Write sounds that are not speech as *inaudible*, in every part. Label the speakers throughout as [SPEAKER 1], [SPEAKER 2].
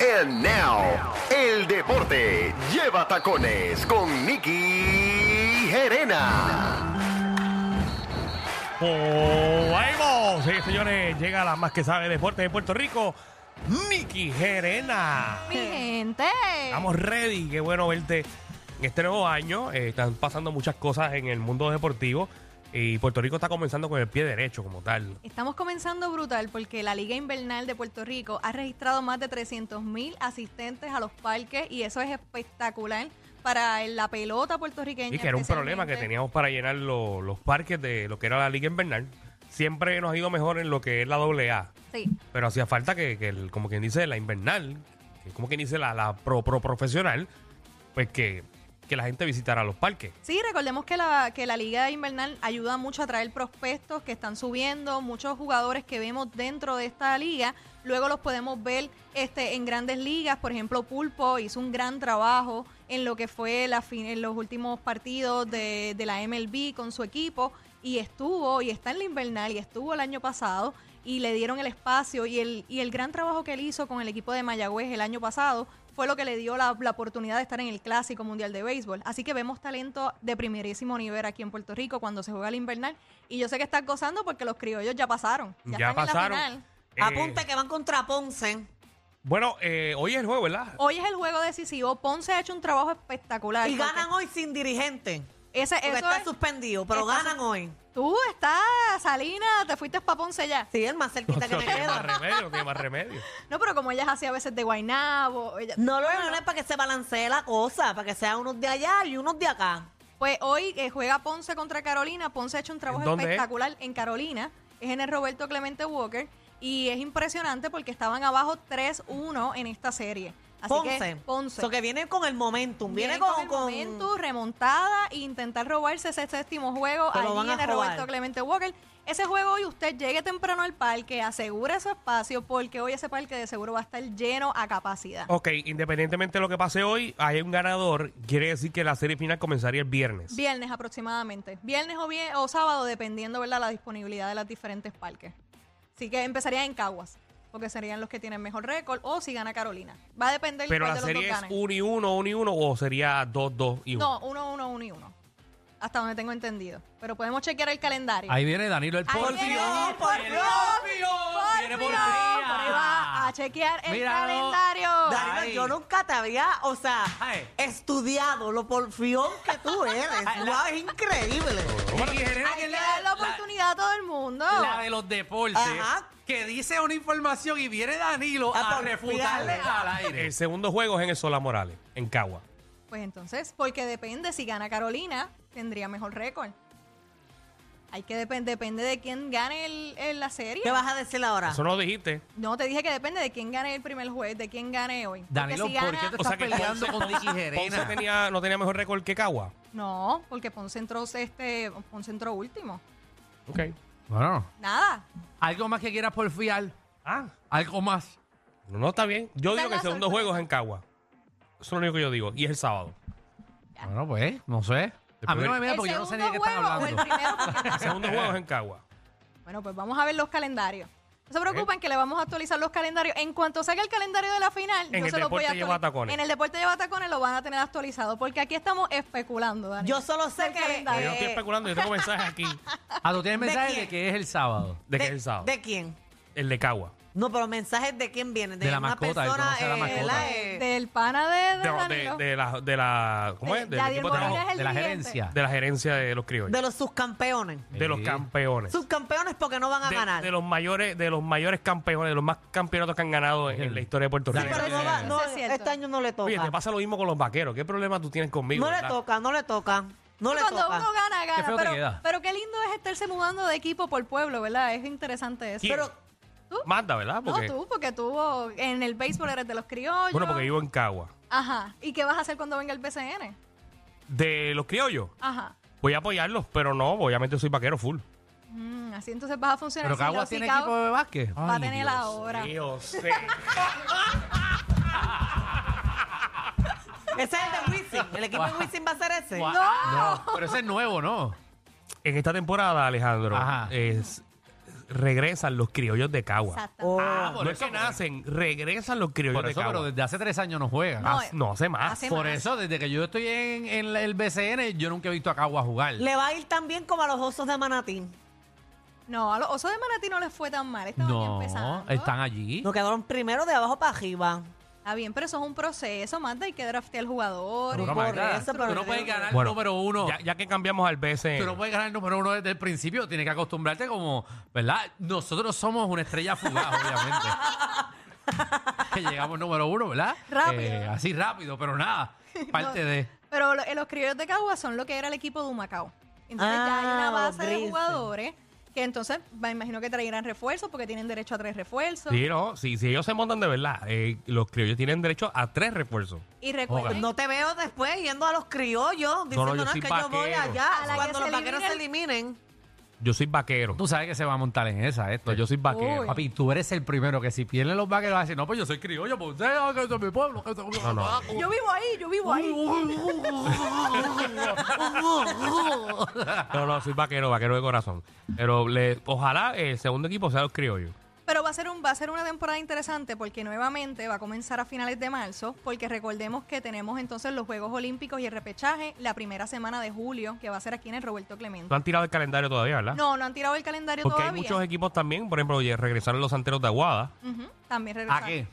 [SPEAKER 1] And now, el deporte lleva tacones con Nicky Gerena.
[SPEAKER 2] Juego. Pues Sí, señores, llega la más que sabe deporte de Puerto Rico, Miki Gerena. *laughs*
[SPEAKER 3] Mi gente.
[SPEAKER 2] Estamos ready, qué bueno verte en este nuevo año. Eh, están pasando muchas cosas en el mundo deportivo y Puerto Rico está comenzando con el pie derecho como tal.
[SPEAKER 3] Estamos comenzando brutal porque la Liga Invernal de Puerto Rico ha registrado más de 300 mil asistentes a los parques y eso es espectacular para la pelota puertorriqueña.
[SPEAKER 2] Y que era un problema que
[SPEAKER 3] especialmente.
[SPEAKER 2] teníamos para llenar lo- los parques de lo que era la Liga Invernal. Siempre nos ha ido mejor en lo que es la AA,
[SPEAKER 3] Sí,
[SPEAKER 2] pero hacía falta que, que el- como quien dice, la invernal, que como quien dice, la, la pro, pro profesional, pues que, que la gente visitara los parques.
[SPEAKER 3] Sí, recordemos que la, que la Liga Invernal ayuda mucho a traer prospectos que están subiendo, muchos jugadores que vemos dentro de esta liga, luego los podemos ver este, en grandes ligas, por ejemplo Pulpo hizo un gran trabajo en lo que fue la fin- en los últimos partidos de, de la MLB con su equipo y estuvo y está en la Invernal y estuvo el año pasado y le dieron el espacio y el, y el gran trabajo que él hizo con el equipo de Mayagüez el año pasado fue lo que le dio la, la oportunidad de estar en el Clásico Mundial de Béisbol. Así que vemos talento de primerísimo nivel aquí en Puerto Rico cuando se juega el invernal. Y yo sé que están gozando porque los criollos ya pasaron. Ya,
[SPEAKER 2] Ya
[SPEAKER 3] están
[SPEAKER 2] pasaron.
[SPEAKER 3] en la final.
[SPEAKER 2] Eh,
[SPEAKER 4] Apunta que van contra Ponce.
[SPEAKER 2] Bueno, eh, hoy es el juego, ¿verdad?
[SPEAKER 3] Hoy es el juego decisivo. Ponce ha hecho un trabajo espectacular.
[SPEAKER 4] Y
[SPEAKER 3] porque
[SPEAKER 4] ganan hoy sin dirigente.
[SPEAKER 3] Ese,
[SPEAKER 4] Porque
[SPEAKER 3] eso
[SPEAKER 4] está
[SPEAKER 3] es-
[SPEAKER 4] suspendido, pero
[SPEAKER 3] está
[SPEAKER 4] ganan
[SPEAKER 3] sus-
[SPEAKER 4] hoy.
[SPEAKER 3] Tú estás, Salina, te fuiste para Ponce ya.
[SPEAKER 4] Sí, el más cerquita
[SPEAKER 2] *laughs*
[SPEAKER 4] que
[SPEAKER 2] No
[SPEAKER 4] me
[SPEAKER 2] tiene más
[SPEAKER 4] queda.
[SPEAKER 2] remedio, no tiene más
[SPEAKER 3] *laughs*
[SPEAKER 2] remedio.
[SPEAKER 3] No, pero como ellas hacía a veces de Guainabo. ella-
[SPEAKER 4] No, lo no es para que se balancee la cosa, para que sean unos de allá y unos de acá.
[SPEAKER 3] Pues hoy eh, juega Ponce contra Carolina. Ponce ha hecho un trabajo
[SPEAKER 2] dónde es?
[SPEAKER 3] espectacular en Carolina. Es en el Roberto Clemente Walker. Y es impresionante porque estaban abajo 3-1 en esta serie. Así
[SPEAKER 4] Ponce.
[SPEAKER 3] que Ponce.
[SPEAKER 4] So que viene con el momentum. Viene,
[SPEAKER 3] Viene
[SPEAKER 4] con,
[SPEAKER 3] con el
[SPEAKER 4] con-
[SPEAKER 3] momento, remontada e intentar robarse ese séptimo juego
[SPEAKER 4] Se lo
[SPEAKER 3] allí
[SPEAKER 4] van a
[SPEAKER 3] en el
[SPEAKER 4] robar.
[SPEAKER 3] Roberto Clemente Walker. Ese juego hoy usted llegue temprano al parque, asegure su espacio porque hoy ese parque de seguro va a estar lleno a capacidad.
[SPEAKER 2] Ok, independientemente de lo que pase hoy, hay un ganador. Quiere decir que la serie final comenzaría el viernes.
[SPEAKER 3] Viernes aproximadamente. Viernes o, vie- o sábado, dependiendo, ¿verdad? La disponibilidad de los diferentes parques. Así que empezaría en Caguas, porque serían los que tienen mejor récord, o si gana Carolina. Va a depender
[SPEAKER 2] Pero
[SPEAKER 3] cuál
[SPEAKER 2] la
[SPEAKER 3] de los
[SPEAKER 2] serie
[SPEAKER 3] dos
[SPEAKER 2] es
[SPEAKER 3] gane.
[SPEAKER 2] 1 y 1, 1 y 1 o sería 2, 2 y 1.
[SPEAKER 3] No, uno, uno, uno y uno. Hasta donde tengo entendido. Pero podemos chequear el calendario.
[SPEAKER 5] Ahí viene Danilo el
[SPEAKER 3] Ahí
[SPEAKER 5] Por
[SPEAKER 3] viene
[SPEAKER 5] Dios,
[SPEAKER 3] el por Dios, por
[SPEAKER 5] viene por
[SPEAKER 3] Dios. Por ahí va a chequear el
[SPEAKER 5] Míralo.
[SPEAKER 3] calendario.
[SPEAKER 4] Darío,
[SPEAKER 5] Ay.
[SPEAKER 4] yo nunca te había, o sea,
[SPEAKER 5] Ay.
[SPEAKER 4] estudiado lo porfión que tú eres. Guau,
[SPEAKER 2] *laughs*
[SPEAKER 4] es increíble.
[SPEAKER 5] Miki Jerena,
[SPEAKER 3] Hay
[SPEAKER 5] que
[SPEAKER 3] que
[SPEAKER 5] es la-
[SPEAKER 3] dar la
[SPEAKER 5] la-
[SPEAKER 3] oportunidad a todo el mundo.
[SPEAKER 5] la de los deportes,
[SPEAKER 4] Ajá.
[SPEAKER 5] que dice una información y viene Danilo
[SPEAKER 3] Ah,
[SPEAKER 4] A
[SPEAKER 5] a,
[SPEAKER 3] pues,
[SPEAKER 4] por-
[SPEAKER 5] refutarle al aire.
[SPEAKER 2] El segundo juego es en el Sola Morales, en Cagua.
[SPEAKER 3] Pues entonces, porque depende, si gana Carolina, tendría mejor récord. Hay que depender, depende de quién gane el, el- la serie.
[SPEAKER 4] ¿Qué vas a decir
[SPEAKER 3] Ah.
[SPEAKER 4] ahora?
[SPEAKER 2] Eso no dijiste.
[SPEAKER 3] No, te dije que depende de quién gane el primer juez, de quién gane hoy. Porque
[SPEAKER 5] Danilo,
[SPEAKER 3] si
[SPEAKER 5] ¿por
[SPEAKER 3] gana- pues,
[SPEAKER 5] qué te
[SPEAKER 2] O sea
[SPEAKER 5] estás
[SPEAKER 2] que
[SPEAKER 5] peleando con Nicky
[SPEAKER 2] Ponce
[SPEAKER 5] Jerena?
[SPEAKER 2] tenía, no tenía mejor récord que Cagua.
[SPEAKER 3] No, porque Ponce entró, este, Ponce entró último.
[SPEAKER 2] Ok.
[SPEAKER 5] Bueno,
[SPEAKER 3] Nada.
[SPEAKER 5] algo más que quieras porfiar,
[SPEAKER 2] Ah,
[SPEAKER 5] algo más.
[SPEAKER 2] no, no, está bien. Yo digo
[SPEAKER 3] Esa es
[SPEAKER 2] que el
[SPEAKER 3] la
[SPEAKER 2] segundo
[SPEAKER 3] sorpresa.
[SPEAKER 2] juego es en Cagua. Eso es lo único que yo digo. Y es el sábado.
[SPEAKER 5] Bueno, pues, no sé. A mí no me mira
[SPEAKER 3] ¿El
[SPEAKER 5] porque yo no sé ni de
[SPEAKER 3] segundo
[SPEAKER 5] qué están
[SPEAKER 3] juego o el
[SPEAKER 5] hablando.
[SPEAKER 3] primero? Porque-
[SPEAKER 2] El segundo juego es en Cagua.
[SPEAKER 3] *laughs* bueno, pues vamos a ver los calendarios. No se preocupen que le vamos a actualizar los calendarios. En cuanto saque el calendario de la final,
[SPEAKER 2] En
[SPEAKER 3] yo
[SPEAKER 2] el
[SPEAKER 3] se los voy a
[SPEAKER 2] deporte lleva
[SPEAKER 3] actualizar.
[SPEAKER 2] tacones.
[SPEAKER 3] En el deporte lleva tacones lo van a tener actualizado, porque aquí estamos especulando, Dani.
[SPEAKER 4] Yo solo sé
[SPEAKER 3] Del
[SPEAKER 4] que...
[SPEAKER 3] calendario.
[SPEAKER 2] Yo no estoy
[SPEAKER 4] eh,
[SPEAKER 2] especulando, yo tengo mensajes aquí
[SPEAKER 5] Ah, tú tienes
[SPEAKER 4] ¿De
[SPEAKER 5] mensaje de
[SPEAKER 4] quién?
[SPEAKER 5] que es el sábado.
[SPEAKER 2] de que es el sábado.
[SPEAKER 4] ¿De quién?
[SPEAKER 2] El de Cagua.
[SPEAKER 4] No, pero mensajes de quién vienen.
[SPEAKER 5] De la
[SPEAKER 4] una
[SPEAKER 5] mascota, él
[SPEAKER 4] persona,
[SPEAKER 5] conoce a la
[SPEAKER 4] eh,
[SPEAKER 5] mascota.
[SPEAKER 4] ¿verdad?
[SPEAKER 3] Eh,
[SPEAKER 4] Eh,
[SPEAKER 3] del pana de, de
[SPEAKER 2] No, de,
[SPEAKER 3] Danilo.
[SPEAKER 2] de la, de la. ¿Cómo
[SPEAKER 3] De-
[SPEAKER 2] es? Del
[SPEAKER 3] Yadier
[SPEAKER 2] equipo de trabajo.
[SPEAKER 3] Molina es el
[SPEAKER 5] de la
[SPEAKER 3] dirigente.
[SPEAKER 5] gerencia.
[SPEAKER 2] de la gerencia de los criollos.
[SPEAKER 4] de
[SPEAKER 2] De,
[SPEAKER 4] los subcampeones.
[SPEAKER 2] los
[SPEAKER 5] Sí.
[SPEAKER 2] campeones.
[SPEAKER 4] Subcampeones porque no van a
[SPEAKER 2] Pues. De,
[SPEAKER 4] ganar.
[SPEAKER 2] de los mayores, de los mayores campeones, de los más campeonatos que han ganado en, en la historia de Puerto
[SPEAKER 5] Sí,
[SPEAKER 2] Rico.
[SPEAKER 4] pero no va- no,
[SPEAKER 3] Eso es cierto.
[SPEAKER 4] este año no le toca.
[SPEAKER 2] Oye, te pasa lo mismo con los vaqueros. ¿Qué problema tú tienes conmigo?
[SPEAKER 4] no le
[SPEAKER 2] verdad?
[SPEAKER 4] toca, no le toca. No le
[SPEAKER 3] Cuando
[SPEAKER 4] toca.
[SPEAKER 3] uno gana, gana.
[SPEAKER 5] Qué feo te
[SPEAKER 3] pero,
[SPEAKER 5] queda.
[SPEAKER 3] pero qué lindo es estarse mudando de equipo por pueblo, ¿verdad? Es interesante eso.
[SPEAKER 2] ¿Quién?
[SPEAKER 3] Pero ¿Tú?
[SPEAKER 2] Manda, ¿verdad?
[SPEAKER 3] no
[SPEAKER 2] Porque,
[SPEAKER 3] tú, porque tú oh, en el béisbol eres de los criollos.
[SPEAKER 2] Bueno, porque vivo en Cagua.
[SPEAKER 3] Ajá. ¿Y qué vas a hacer cuando venga el BCN?
[SPEAKER 2] De los criollos,
[SPEAKER 3] Ajá.
[SPEAKER 2] voy a apoyarlos, pero no, obviamente soy vaquero full.
[SPEAKER 3] Mm, así entonces vas a funcionar.
[SPEAKER 5] Pero
[SPEAKER 3] así,
[SPEAKER 5] Caguas
[SPEAKER 3] los
[SPEAKER 5] tiene
[SPEAKER 3] Chicago
[SPEAKER 5] equipo de básquet.
[SPEAKER 3] Va a
[SPEAKER 5] Ay,
[SPEAKER 3] tener
[SPEAKER 5] Dios.
[SPEAKER 3] la hora.
[SPEAKER 2] Dios, *laughs* sí.
[SPEAKER 4] Ese es el de Wisin. El equipo de Wisin va a ser ese.
[SPEAKER 5] Gua-
[SPEAKER 4] No.
[SPEAKER 5] no, pero ese es nuevo, ¿no?
[SPEAKER 2] En esta temporada, Alejandro,
[SPEAKER 5] Ajá.
[SPEAKER 2] es- regresan los criollos de Cagua.
[SPEAKER 3] Exacto.
[SPEAKER 4] Oh,
[SPEAKER 5] Ah, por
[SPEAKER 2] No es
[SPEAKER 5] eso,
[SPEAKER 2] que nacen, regresan los criollos
[SPEAKER 5] Por eso,
[SPEAKER 2] de Cagua.
[SPEAKER 5] pero desde hace tres años no juega.
[SPEAKER 3] No,
[SPEAKER 2] Ah, no, hace más.
[SPEAKER 3] hace
[SPEAKER 5] por
[SPEAKER 3] más.
[SPEAKER 5] eso, desde que yo estoy en, en la- el BCN, yo nunca he visto a Cagua jugar.
[SPEAKER 4] Le va a ir tan bien como a los osos de Manatí.
[SPEAKER 3] No, a los osos de Manatí no les fue tan mal. Estaban
[SPEAKER 5] no,
[SPEAKER 3] empezando.
[SPEAKER 5] están allí.
[SPEAKER 4] Nos quedaron primero de abajo para arriba.
[SPEAKER 3] Está bien, pero eso es un proceso, Manda, hay que draftear al jugador.
[SPEAKER 5] Pero,
[SPEAKER 3] y-
[SPEAKER 5] no,
[SPEAKER 4] por
[SPEAKER 5] Magda,
[SPEAKER 4] eso, pero
[SPEAKER 5] tú no
[SPEAKER 4] te
[SPEAKER 5] puedes
[SPEAKER 4] digo-
[SPEAKER 5] ganar
[SPEAKER 2] Bueno,
[SPEAKER 5] número uno.
[SPEAKER 2] Ya, ya que cambiamos al BSN.
[SPEAKER 5] Tú no puedes ganar el número uno desde el principio. Tienes que acostumbrarte como, ¿verdad? Nosotros somos una estrella *laughs* fugaz,
[SPEAKER 4] *laughs*
[SPEAKER 5] obviamente. que llegamos número uno, ¿verdad?
[SPEAKER 3] Rápido.
[SPEAKER 5] Eh, así rápido,
[SPEAKER 4] *laughs*
[SPEAKER 5] pero nada. Parte de.
[SPEAKER 3] Pero lo- eh, los criollos de Cagua son lo que era el equipo de Humacao. Entonces ya hay
[SPEAKER 4] Ah,
[SPEAKER 3] una
[SPEAKER 4] los
[SPEAKER 3] base de
[SPEAKER 4] grises.
[SPEAKER 3] jugadores que entonces me imagino que traerán refuerzos porque tienen derecho a tres refuerzos.
[SPEAKER 2] Sí, no, si, si ellos se montan de verdad, eh, los criollos tienen derecho a tres refuerzos.
[SPEAKER 3] Y recuerden,
[SPEAKER 4] No te veo después yendo a los criollos diciendo
[SPEAKER 2] yo
[SPEAKER 4] no,
[SPEAKER 2] soy
[SPEAKER 4] es que yo voy
[SPEAKER 2] vaquero".
[SPEAKER 4] allá
[SPEAKER 3] A la que
[SPEAKER 4] cuando
[SPEAKER 3] se
[SPEAKER 4] los vaqueros se eliminen.
[SPEAKER 2] Yo soy vaquero.
[SPEAKER 5] Tú sabes que se va a montar en esa, esto.
[SPEAKER 2] No, yo soy vaquero.
[SPEAKER 3] Uy.
[SPEAKER 5] Papi, tú eres el primero que si pierden los vaqueros vas a decir, no, pues yo soy criollo, pues usted, ah, que eso es mi pueblo, ah, que eso es mi
[SPEAKER 2] No, no.
[SPEAKER 5] tabaco".
[SPEAKER 3] yo vivo ahí, yo
[SPEAKER 2] Uh,
[SPEAKER 3] vivo ahí.
[SPEAKER 2] No, no, soy vaquero, vaquero de corazón. Pero le- ojalá el segundo equipo sea los criollos.
[SPEAKER 3] Pero va a ser un va a ser una temporada interesante porque nuevamente va a comenzar a finales de marzo, porque recordemos que tenemos entonces los Juegos Olímpicos y el repechaje la primera semana de julio, que va a ser aquí en el Roberto Clemente.
[SPEAKER 2] No han tirado el calendario todavía, ¿verdad?
[SPEAKER 3] No, no han tirado el calendario
[SPEAKER 2] Porque hay
[SPEAKER 3] todavía.
[SPEAKER 2] muchos equipos también, por ejemplo, oye, regresaron los santeros de Aguada
[SPEAKER 3] Ujú, también
[SPEAKER 5] ¿A
[SPEAKER 3] regresaron
[SPEAKER 5] qué?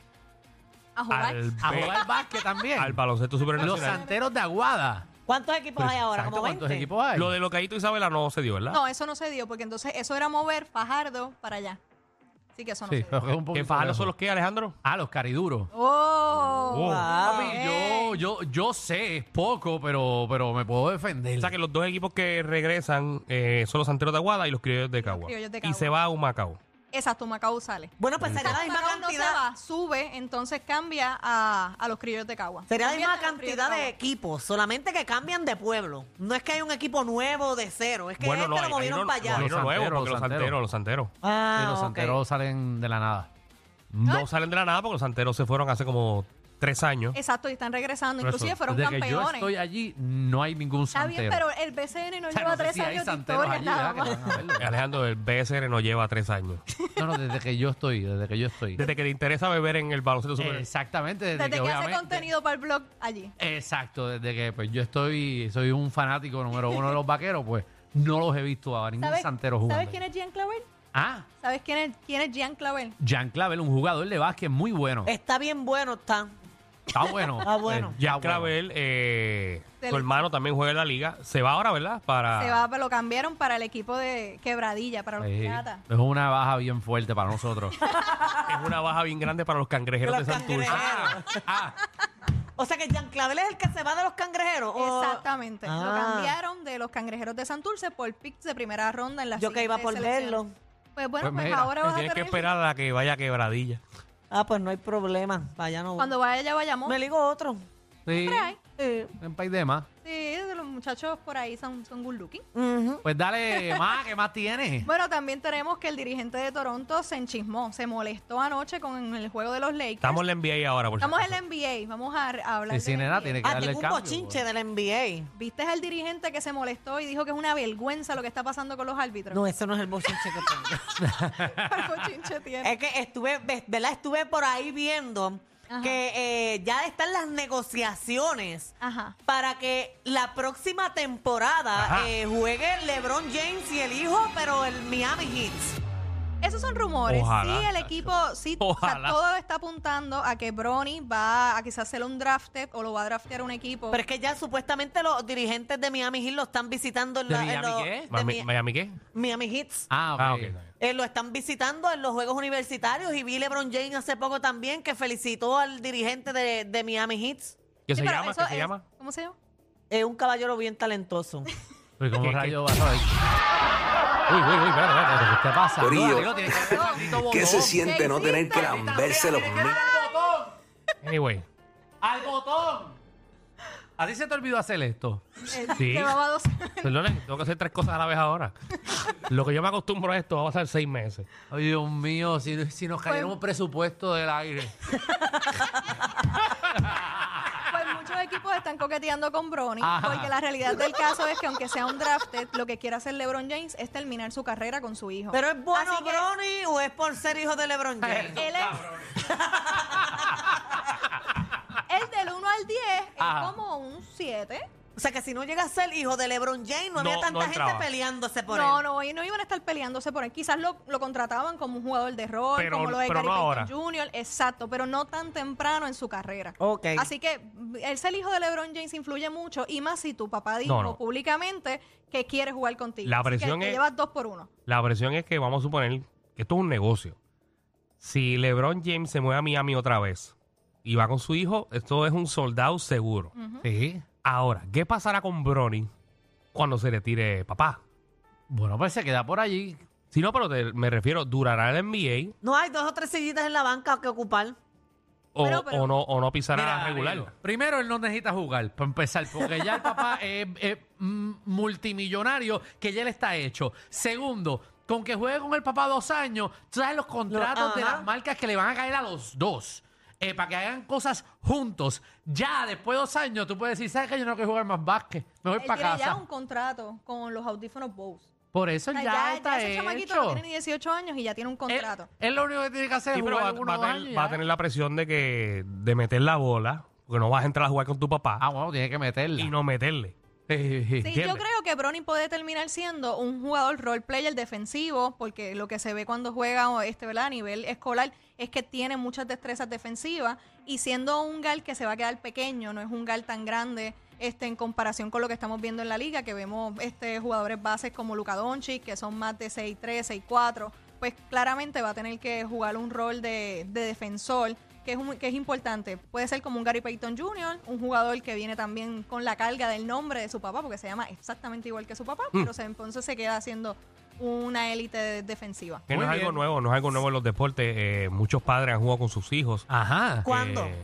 [SPEAKER 3] a jugar.
[SPEAKER 2] al,
[SPEAKER 5] A
[SPEAKER 2] B-
[SPEAKER 5] jugar básquet también.
[SPEAKER 2] al baloncesto
[SPEAKER 5] Los
[SPEAKER 2] supernacional.
[SPEAKER 5] santeros de Aguada.
[SPEAKER 4] ¿Cuántos
[SPEAKER 3] Pues
[SPEAKER 4] equipos
[SPEAKER 2] Pues,
[SPEAKER 4] hay ahora?
[SPEAKER 5] Exacto,
[SPEAKER 4] ¿Como 20?
[SPEAKER 5] ¿Cuántos equipos hay?
[SPEAKER 2] Lo de Locaíto Isabela no se
[SPEAKER 5] Ah.
[SPEAKER 2] dio, ¿verdad?
[SPEAKER 3] No, eso no se dio, porque entonces eso era mover Fajardo para allá. Así que eso no
[SPEAKER 5] Sí, *laughs*
[SPEAKER 3] se dio.
[SPEAKER 5] un
[SPEAKER 2] ¿Qué
[SPEAKER 5] poquito
[SPEAKER 2] Fajardo
[SPEAKER 5] lejos.
[SPEAKER 2] son los que, Alejandro?
[SPEAKER 5] Ah, los cariduros.
[SPEAKER 3] ¡Oh!
[SPEAKER 2] Oh.
[SPEAKER 5] Papi,
[SPEAKER 3] Wow.
[SPEAKER 5] yo, yo, yo sé, es poco, pero, pero me puedo defender.
[SPEAKER 2] O sea que los dos equipos que regresan eh, son los santeros de Aguada y los criollos de Cagua.
[SPEAKER 3] criollos de
[SPEAKER 2] Y
[SPEAKER 3] Cagua.
[SPEAKER 2] se va a Humacao.
[SPEAKER 3] Exacto, Macao sale.
[SPEAKER 4] Bueno, pues sería la misma
[SPEAKER 3] Macao no se
[SPEAKER 4] cantidad.
[SPEAKER 3] va, sube, entonces cambia a, a los criollos de Cagua.
[SPEAKER 4] Sería la
[SPEAKER 3] Cambian
[SPEAKER 4] misma
[SPEAKER 3] a los criollos
[SPEAKER 4] cantidad de
[SPEAKER 3] Cagua.
[SPEAKER 4] equipos, solamente que cambian de pueblo. No es que hay un equipo nuevo de cero, es que este lo
[SPEAKER 2] hay- hay
[SPEAKER 4] movieron
[SPEAKER 2] uno-
[SPEAKER 4] para allá.
[SPEAKER 2] hay uno
[SPEAKER 5] Los
[SPEAKER 2] nuevo,
[SPEAKER 5] santeros,
[SPEAKER 2] porque los
[SPEAKER 5] los santeros.
[SPEAKER 2] santeros, los santeros.
[SPEAKER 4] Ah,
[SPEAKER 5] Y los
[SPEAKER 4] ok.
[SPEAKER 5] santeros salen de la nada.
[SPEAKER 2] No salen de la nada porque los santeros se fueron hace como tres años.
[SPEAKER 3] Exacto, y están regresando.
[SPEAKER 2] Por eso,
[SPEAKER 3] Inclusive fueron
[SPEAKER 5] Desde que yo
[SPEAKER 3] campeones.
[SPEAKER 5] estoy allí, no hay ningún
[SPEAKER 3] Está
[SPEAKER 5] santero.
[SPEAKER 3] bien, pero el BCN no
[SPEAKER 5] O sea,
[SPEAKER 3] lleva
[SPEAKER 5] no sé
[SPEAKER 3] tres
[SPEAKER 5] si hay
[SPEAKER 3] años de
[SPEAKER 5] santeros
[SPEAKER 3] historia
[SPEAKER 5] allí,
[SPEAKER 3] nada
[SPEAKER 5] ¿verdad?
[SPEAKER 3] más.
[SPEAKER 5] Que van a verlo.
[SPEAKER 2] Alejandro, el BSR no lleva tres años.
[SPEAKER 5] No, no, desde que yo estoy, desde que yo estoy.
[SPEAKER 2] Desde que te interesa beber en el baloncesto super-
[SPEAKER 5] Exactamente, desde,
[SPEAKER 3] Desde que hace
[SPEAKER 5] obviamente-
[SPEAKER 3] contenido para el blog allí.
[SPEAKER 5] Exacto, desde que pues yo estoy, soy un fanático número uno de los vaqueros, pues no los he visto a ningún
[SPEAKER 3] ¿Sabes,
[SPEAKER 5] santero
[SPEAKER 3] ¿sabes
[SPEAKER 5] jugando.
[SPEAKER 3] quién es Jean Clavel?
[SPEAKER 5] Ah,
[SPEAKER 3] ¿Sabes quién es, quién es Jean Clavel?
[SPEAKER 5] Jan Clavel, un jugador de básquet muy bueno.
[SPEAKER 3] Eh.
[SPEAKER 4] Está bien bueno, está.
[SPEAKER 3] *laughs*
[SPEAKER 5] Está bueno.
[SPEAKER 3] Ah,
[SPEAKER 4] Está bueno.
[SPEAKER 5] Eh,
[SPEAKER 2] Jack
[SPEAKER 5] está bueno.
[SPEAKER 2] Clavel, eh,
[SPEAKER 3] Del-
[SPEAKER 2] su hermano también juega en la liga. Se va ahora, ¿verdad? Para...
[SPEAKER 5] Ah.
[SPEAKER 3] Se va, pero lo cambiaron para el equipo de Quebradilla, para los
[SPEAKER 5] Sí,
[SPEAKER 3] piratas.
[SPEAKER 5] Eh, Es una baja bien fuerte para
[SPEAKER 3] *laughs*
[SPEAKER 5] nosotros.
[SPEAKER 2] Es una baja bien grande para los cangrejeros de
[SPEAKER 4] Los
[SPEAKER 2] Santurce.
[SPEAKER 4] cangrejeros.
[SPEAKER 5] Ah,
[SPEAKER 4] O sea que Jean Clavel es el que se va de los cangrejeros. o-
[SPEAKER 3] Exactamente. Lo
[SPEAKER 4] Ah.
[SPEAKER 3] cambiaron de los cangrejeros de Santurce por picks de primera ronda en la
[SPEAKER 4] Yo que iba
[SPEAKER 3] siguiente
[SPEAKER 4] por
[SPEAKER 3] selección.
[SPEAKER 4] verlo.
[SPEAKER 3] Pues bueno,
[SPEAKER 5] Pues
[SPEAKER 3] pues,
[SPEAKER 5] mira,
[SPEAKER 3] ahora vas a
[SPEAKER 2] Tienes
[SPEAKER 3] tener
[SPEAKER 2] que esperar a que vaya a quebradilla.
[SPEAKER 4] Ah, pues no hay problema. Vaya no. voy.
[SPEAKER 3] Cuando vaya ya vayamos.
[SPEAKER 4] Me ligo otro.
[SPEAKER 5] Sí,
[SPEAKER 3] Trae.
[SPEAKER 4] Sí.
[SPEAKER 5] en país de más.
[SPEAKER 3] Sí, los muchachos por ahí son, son good looking.
[SPEAKER 4] Ujú.
[SPEAKER 5] Pues dale más, ¿qué más tienes?
[SPEAKER 3] Bueno, también tenemos que el dirigente de Toronto se enchismó, se molestó anoche con el juego de los Lakers.
[SPEAKER 2] Estamos en la NBA ahora, por si
[SPEAKER 3] Estamos en
[SPEAKER 2] acaso.
[SPEAKER 3] la NBA, vamos a, a hablar
[SPEAKER 5] Sí,
[SPEAKER 3] de
[SPEAKER 5] sí,
[SPEAKER 3] la
[SPEAKER 5] nena,
[SPEAKER 3] NBA.
[SPEAKER 5] tiene que
[SPEAKER 4] Ah,
[SPEAKER 5] darle
[SPEAKER 4] tengo
[SPEAKER 5] el
[SPEAKER 4] un
[SPEAKER 5] cambio. pues.
[SPEAKER 4] bochinche del NBA.
[SPEAKER 3] ¿Viste al dirigente que se molestó y dijo que es una vergüenza lo que está pasando con los árbitros?
[SPEAKER 4] No, ese no es el bochinche que tengo.
[SPEAKER 3] *laughs* Algo chinche tiene.
[SPEAKER 4] Es que estuve, ve- ¿verdad? Estuve por ahí viendo
[SPEAKER 3] Ajá.
[SPEAKER 4] que eh, ya están las negociaciones
[SPEAKER 3] Ajá.
[SPEAKER 4] para que la próxima temporada
[SPEAKER 2] Ajá.
[SPEAKER 4] eh, juegue LeBron James y el hijo, pero el Miami Heat.
[SPEAKER 3] Esos son rumores.
[SPEAKER 2] Ojalá,
[SPEAKER 3] sí, el
[SPEAKER 2] tacho.
[SPEAKER 3] equipo, sí, o sea,
[SPEAKER 2] Ojalá.
[SPEAKER 3] todo está apuntando a que Bronny va a quizás hacer un drafted o lo va a draftear un equipo.
[SPEAKER 4] Pero es que ya supuestamente los dirigentes de Miami Heat lo están visitando en,
[SPEAKER 5] ¿De
[SPEAKER 4] la- en
[SPEAKER 5] Miami
[SPEAKER 4] los-
[SPEAKER 5] qué?
[SPEAKER 4] de
[SPEAKER 2] Miami,
[SPEAKER 4] Mi-
[SPEAKER 2] ¿Miami qué?
[SPEAKER 4] Miami Heat.
[SPEAKER 5] Ah, ok.
[SPEAKER 2] Ah, ok, está bien.
[SPEAKER 4] Eh, lo están visitando en los Juegos Universitarios y vi LeBron James hace poco también que felicitó al dirigente de, de Miami Heat.
[SPEAKER 2] ¿Qué
[SPEAKER 3] Sí,
[SPEAKER 2] se
[SPEAKER 3] pero
[SPEAKER 2] llama?
[SPEAKER 3] eso
[SPEAKER 2] ¿Qué se
[SPEAKER 3] es-
[SPEAKER 2] llama?
[SPEAKER 3] ¿Cómo se llama?
[SPEAKER 4] Es un caballero bien talentoso.
[SPEAKER 5] Pero Pues, ¿cómo
[SPEAKER 2] ¿Qué- qué?
[SPEAKER 5] rayo vas a ver? Uy, uy, uy, espérate, espérate, ¿qué te pasa?
[SPEAKER 6] Corillo,
[SPEAKER 5] No, amigo, tiene que haber un maldito
[SPEAKER 6] ¿Qué
[SPEAKER 5] botón.
[SPEAKER 6] se siente no tener que
[SPEAKER 5] Maldita
[SPEAKER 6] lamberse
[SPEAKER 5] sea,
[SPEAKER 6] los
[SPEAKER 5] tiene que
[SPEAKER 6] mil?
[SPEAKER 5] dar al botón.
[SPEAKER 2] Anyway.
[SPEAKER 5] ¡Al botón! ¿A ti se te olvidó hacer esto?
[SPEAKER 3] Eh,
[SPEAKER 2] Sí.
[SPEAKER 3] Llevaba dos pues
[SPEAKER 2] Perdone, tengo que hacer tres cosas a la vez ahora.
[SPEAKER 3] *laughs*
[SPEAKER 2] Lo que yo me acostumbro a esto va a ser seis meses.
[SPEAKER 5] Ay, Dios mío, si, si nos cayera un presupuesto del aire.
[SPEAKER 3] Pues muchos equipos están coqueteando coqueteando con Bronny,
[SPEAKER 5] Ajá.
[SPEAKER 3] porque la realidad del caso es que aunque sea un drafted, lo que quiere hacer LeBron James es terminar su carrera con su hijo.
[SPEAKER 4] ¿Pero es bueno
[SPEAKER 3] Así que Eh,
[SPEAKER 4] Bronny o es por ser hijo de LeBron James?
[SPEAKER 3] él
[SPEAKER 2] *laughs*
[SPEAKER 3] es, *laughs* él del 1 al 10 es
[SPEAKER 5] Ajá.
[SPEAKER 3] como un 7.
[SPEAKER 4] O sea, que si no llega a ser hijo de LeBron James, no,
[SPEAKER 2] No,
[SPEAKER 4] había
[SPEAKER 2] no
[SPEAKER 4] tanta gente
[SPEAKER 2] entraba.
[SPEAKER 4] peleándose por
[SPEAKER 3] no,
[SPEAKER 4] él.
[SPEAKER 3] no, y no iban a estar peleándose por él. Quizás lo, lo contrataban como un jugador de rol,
[SPEAKER 2] Pero-
[SPEAKER 3] como lo de
[SPEAKER 2] pero
[SPEAKER 3] Gary
[SPEAKER 2] no
[SPEAKER 3] Payton
[SPEAKER 2] ahora.
[SPEAKER 3] Jr., exacto, pero no tan temprano en su carrera.
[SPEAKER 4] Ok.
[SPEAKER 3] Así que el ser hijo de LeBron James influye mucho, y más si tu papá dijo
[SPEAKER 2] No, no.
[SPEAKER 3] públicamente que quiere jugar contigo.
[SPEAKER 2] La
[SPEAKER 3] Así que
[SPEAKER 2] presión
[SPEAKER 3] te
[SPEAKER 2] es-
[SPEAKER 3] llevas dos por uno.
[SPEAKER 2] La presión es que vamos a suponer que esto es un negocio. Si LeBron James se mueve a Miami otra vez y va con su hijo, esto es un soldado seguro.
[SPEAKER 3] Mm.
[SPEAKER 5] Sí.
[SPEAKER 2] Ahora, ¿qué pasará con Bronny cuando se retire papá?
[SPEAKER 5] Bueno, pues se queda por allí.
[SPEAKER 2] Si no, pero te- me refiero, ¿durará el NBA
[SPEAKER 4] No hay dos o tres sillitas en la banca que ocupar.
[SPEAKER 2] o,
[SPEAKER 3] Pero- pero-
[SPEAKER 2] o no, o no pisará
[SPEAKER 5] Mira,
[SPEAKER 2] regular?
[SPEAKER 5] Danilo, Primero, él no necesita jugar, para empezar, porque ya
[SPEAKER 2] *laughs*
[SPEAKER 5] el papá es, es, mm, multimillonario, que ya le está hecho. Segundo, con que juegue con el papá dos años, tú sabes los contratos
[SPEAKER 4] Lo-
[SPEAKER 5] de
[SPEAKER 4] ajá.
[SPEAKER 5] las marcas que le van a caer a los dos. eh, para que hagan cosas juntos. Ya después de dos años, tú puedes decir, ¿sabes que Yo no quiero jugar más básquet. Me voy
[SPEAKER 3] Él
[SPEAKER 5] para
[SPEAKER 3] tiene
[SPEAKER 5] casa.
[SPEAKER 3] ya un contrato con los audífonos Bose.
[SPEAKER 5] Por eso
[SPEAKER 2] Pues
[SPEAKER 3] O sea,
[SPEAKER 5] ya,
[SPEAKER 3] ya,
[SPEAKER 5] está
[SPEAKER 3] ya ese chamaquito no
[SPEAKER 5] hecho.
[SPEAKER 3] tiene ni 18 años y ya
[SPEAKER 2] Eh,
[SPEAKER 3] tiene un
[SPEAKER 5] Él-
[SPEAKER 3] contrato.
[SPEAKER 5] Él, lo único que tiene que hacer
[SPEAKER 2] Sí,
[SPEAKER 5] es
[SPEAKER 2] pero va,
[SPEAKER 5] jugar uno
[SPEAKER 2] va
[SPEAKER 5] o
[SPEAKER 2] a
[SPEAKER 5] dos
[SPEAKER 2] tener,
[SPEAKER 5] años,
[SPEAKER 2] va a
[SPEAKER 5] ya.
[SPEAKER 2] tener la presión de que de meter la bola, porque no vas a entrar a jugar con tu papá
[SPEAKER 5] Ah, bueno, tiene que meterla.
[SPEAKER 2] y no meterle.
[SPEAKER 3] Sí, yo creo que Bronny puede terminar siendo un jugador role player defensivo, porque lo que se ve cuando juega o este, ¿verdad? a nivel escolar es que tiene muchas destrezas defensivas y siendo un gal que se va a quedar pequeño, no es un gal tan grande este, en comparación con lo que estamos viendo en la liga, que vemos este, jugadores bases como Luka Doncic, que son más de 6'3, 6'4, pues claramente va a tener que jugar un rol de, de defensor. Que es, un- que es importante. Puede ser como un Gary Payton Jr., un jugador que viene también con la carga del nombre de su papá, porque se llama exactamente igual que su papá, pero se- entonces se queda haciendo una élite de- defensiva.
[SPEAKER 2] Que no
[SPEAKER 5] Muy
[SPEAKER 2] es algo
[SPEAKER 5] bien.
[SPEAKER 2] nuevo, no es algo nuevo en los deportes. Eh, muchos padres han jugado con sus hijos.
[SPEAKER 5] Ajá.
[SPEAKER 4] ¿Cuándo?
[SPEAKER 2] Eh,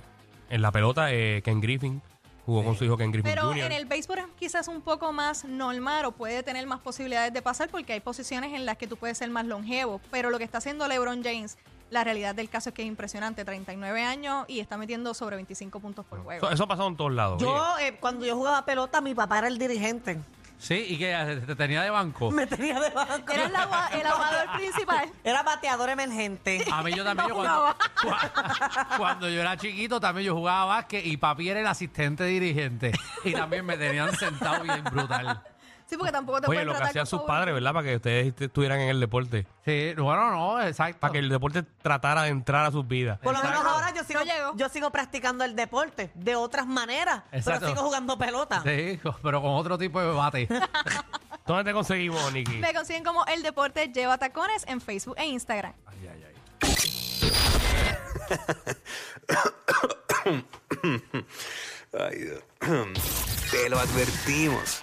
[SPEAKER 2] en la pelota, eh, Ken Griffin jugó con su hijo Ken Griffin
[SPEAKER 3] Pero
[SPEAKER 2] Jr.
[SPEAKER 3] en el béisbol es quizás un poco más normal o puede tener más posibilidades de pasar porque hay posiciones en las que tú puedes ser más longevo. Pero lo que está haciendo LeBron James, la realidad del caso es que es impresionante. 39 años y está metiendo sobre 25 puntos por juego.
[SPEAKER 2] Eso, eso ha pasado en todos lados.
[SPEAKER 4] Yo, eh, cuando yo jugaba pelota, mi papá era el dirigente. *laughs*
[SPEAKER 5] Sí, y que eh, te tenía de banco.
[SPEAKER 4] Me tenía de banco.
[SPEAKER 3] Era el, agua- el aguador principal.
[SPEAKER 4] Era bateador emergente.
[SPEAKER 2] Ah,
[SPEAKER 5] A mí yo también, yo cuando,
[SPEAKER 3] jugaba.
[SPEAKER 5] cua- *laughs* cuando yo era chiquito, también yo jugaba básquet y papi era el asistente dirigente. Y también me tenían sentado bien brutal.
[SPEAKER 3] Sí, porque tampoco te
[SPEAKER 2] Oye,
[SPEAKER 3] pueden
[SPEAKER 2] lo que
[SPEAKER 3] tratar
[SPEAKER 2] hacían
[SPEAKER 3] con
[SPEAKER 2] sus
[SPEAKER 3] favor.
[SPEAKER 2] padres, ¿verdad? Para que ustedes est- estuvieran en el deporte.
[SPEAKER 5] Sí, bueno, no, exacto.
[SPEAKER 2] Para que el deporte tratara de entrar a sus vidas.
[SPEAKER 4] Por lo menos
[SPEAKER 5] Exacto.
[SPEAKER 4] ahora yo sigo,
[SPEAKER 3] No llegó.
[SPEAKER 4] yo sigo practicando el deporte de otras maneras,
[SPEAKER 5] Exacto.
[SPEAKER 4] pero sigo jugando pelota.
[SPEAKER 5] Sí, co- pero con otro tipo de bate.
[SPEAKER 2] ¿Dónde te conseguimos, Nicky?
[SPEAKER 3] Me consiguen como El Deporte Lleva Tacones en Facebook e Instagram.
[SPEAKER 6] Ay, Dios. *clears throat* Te lo advertimos.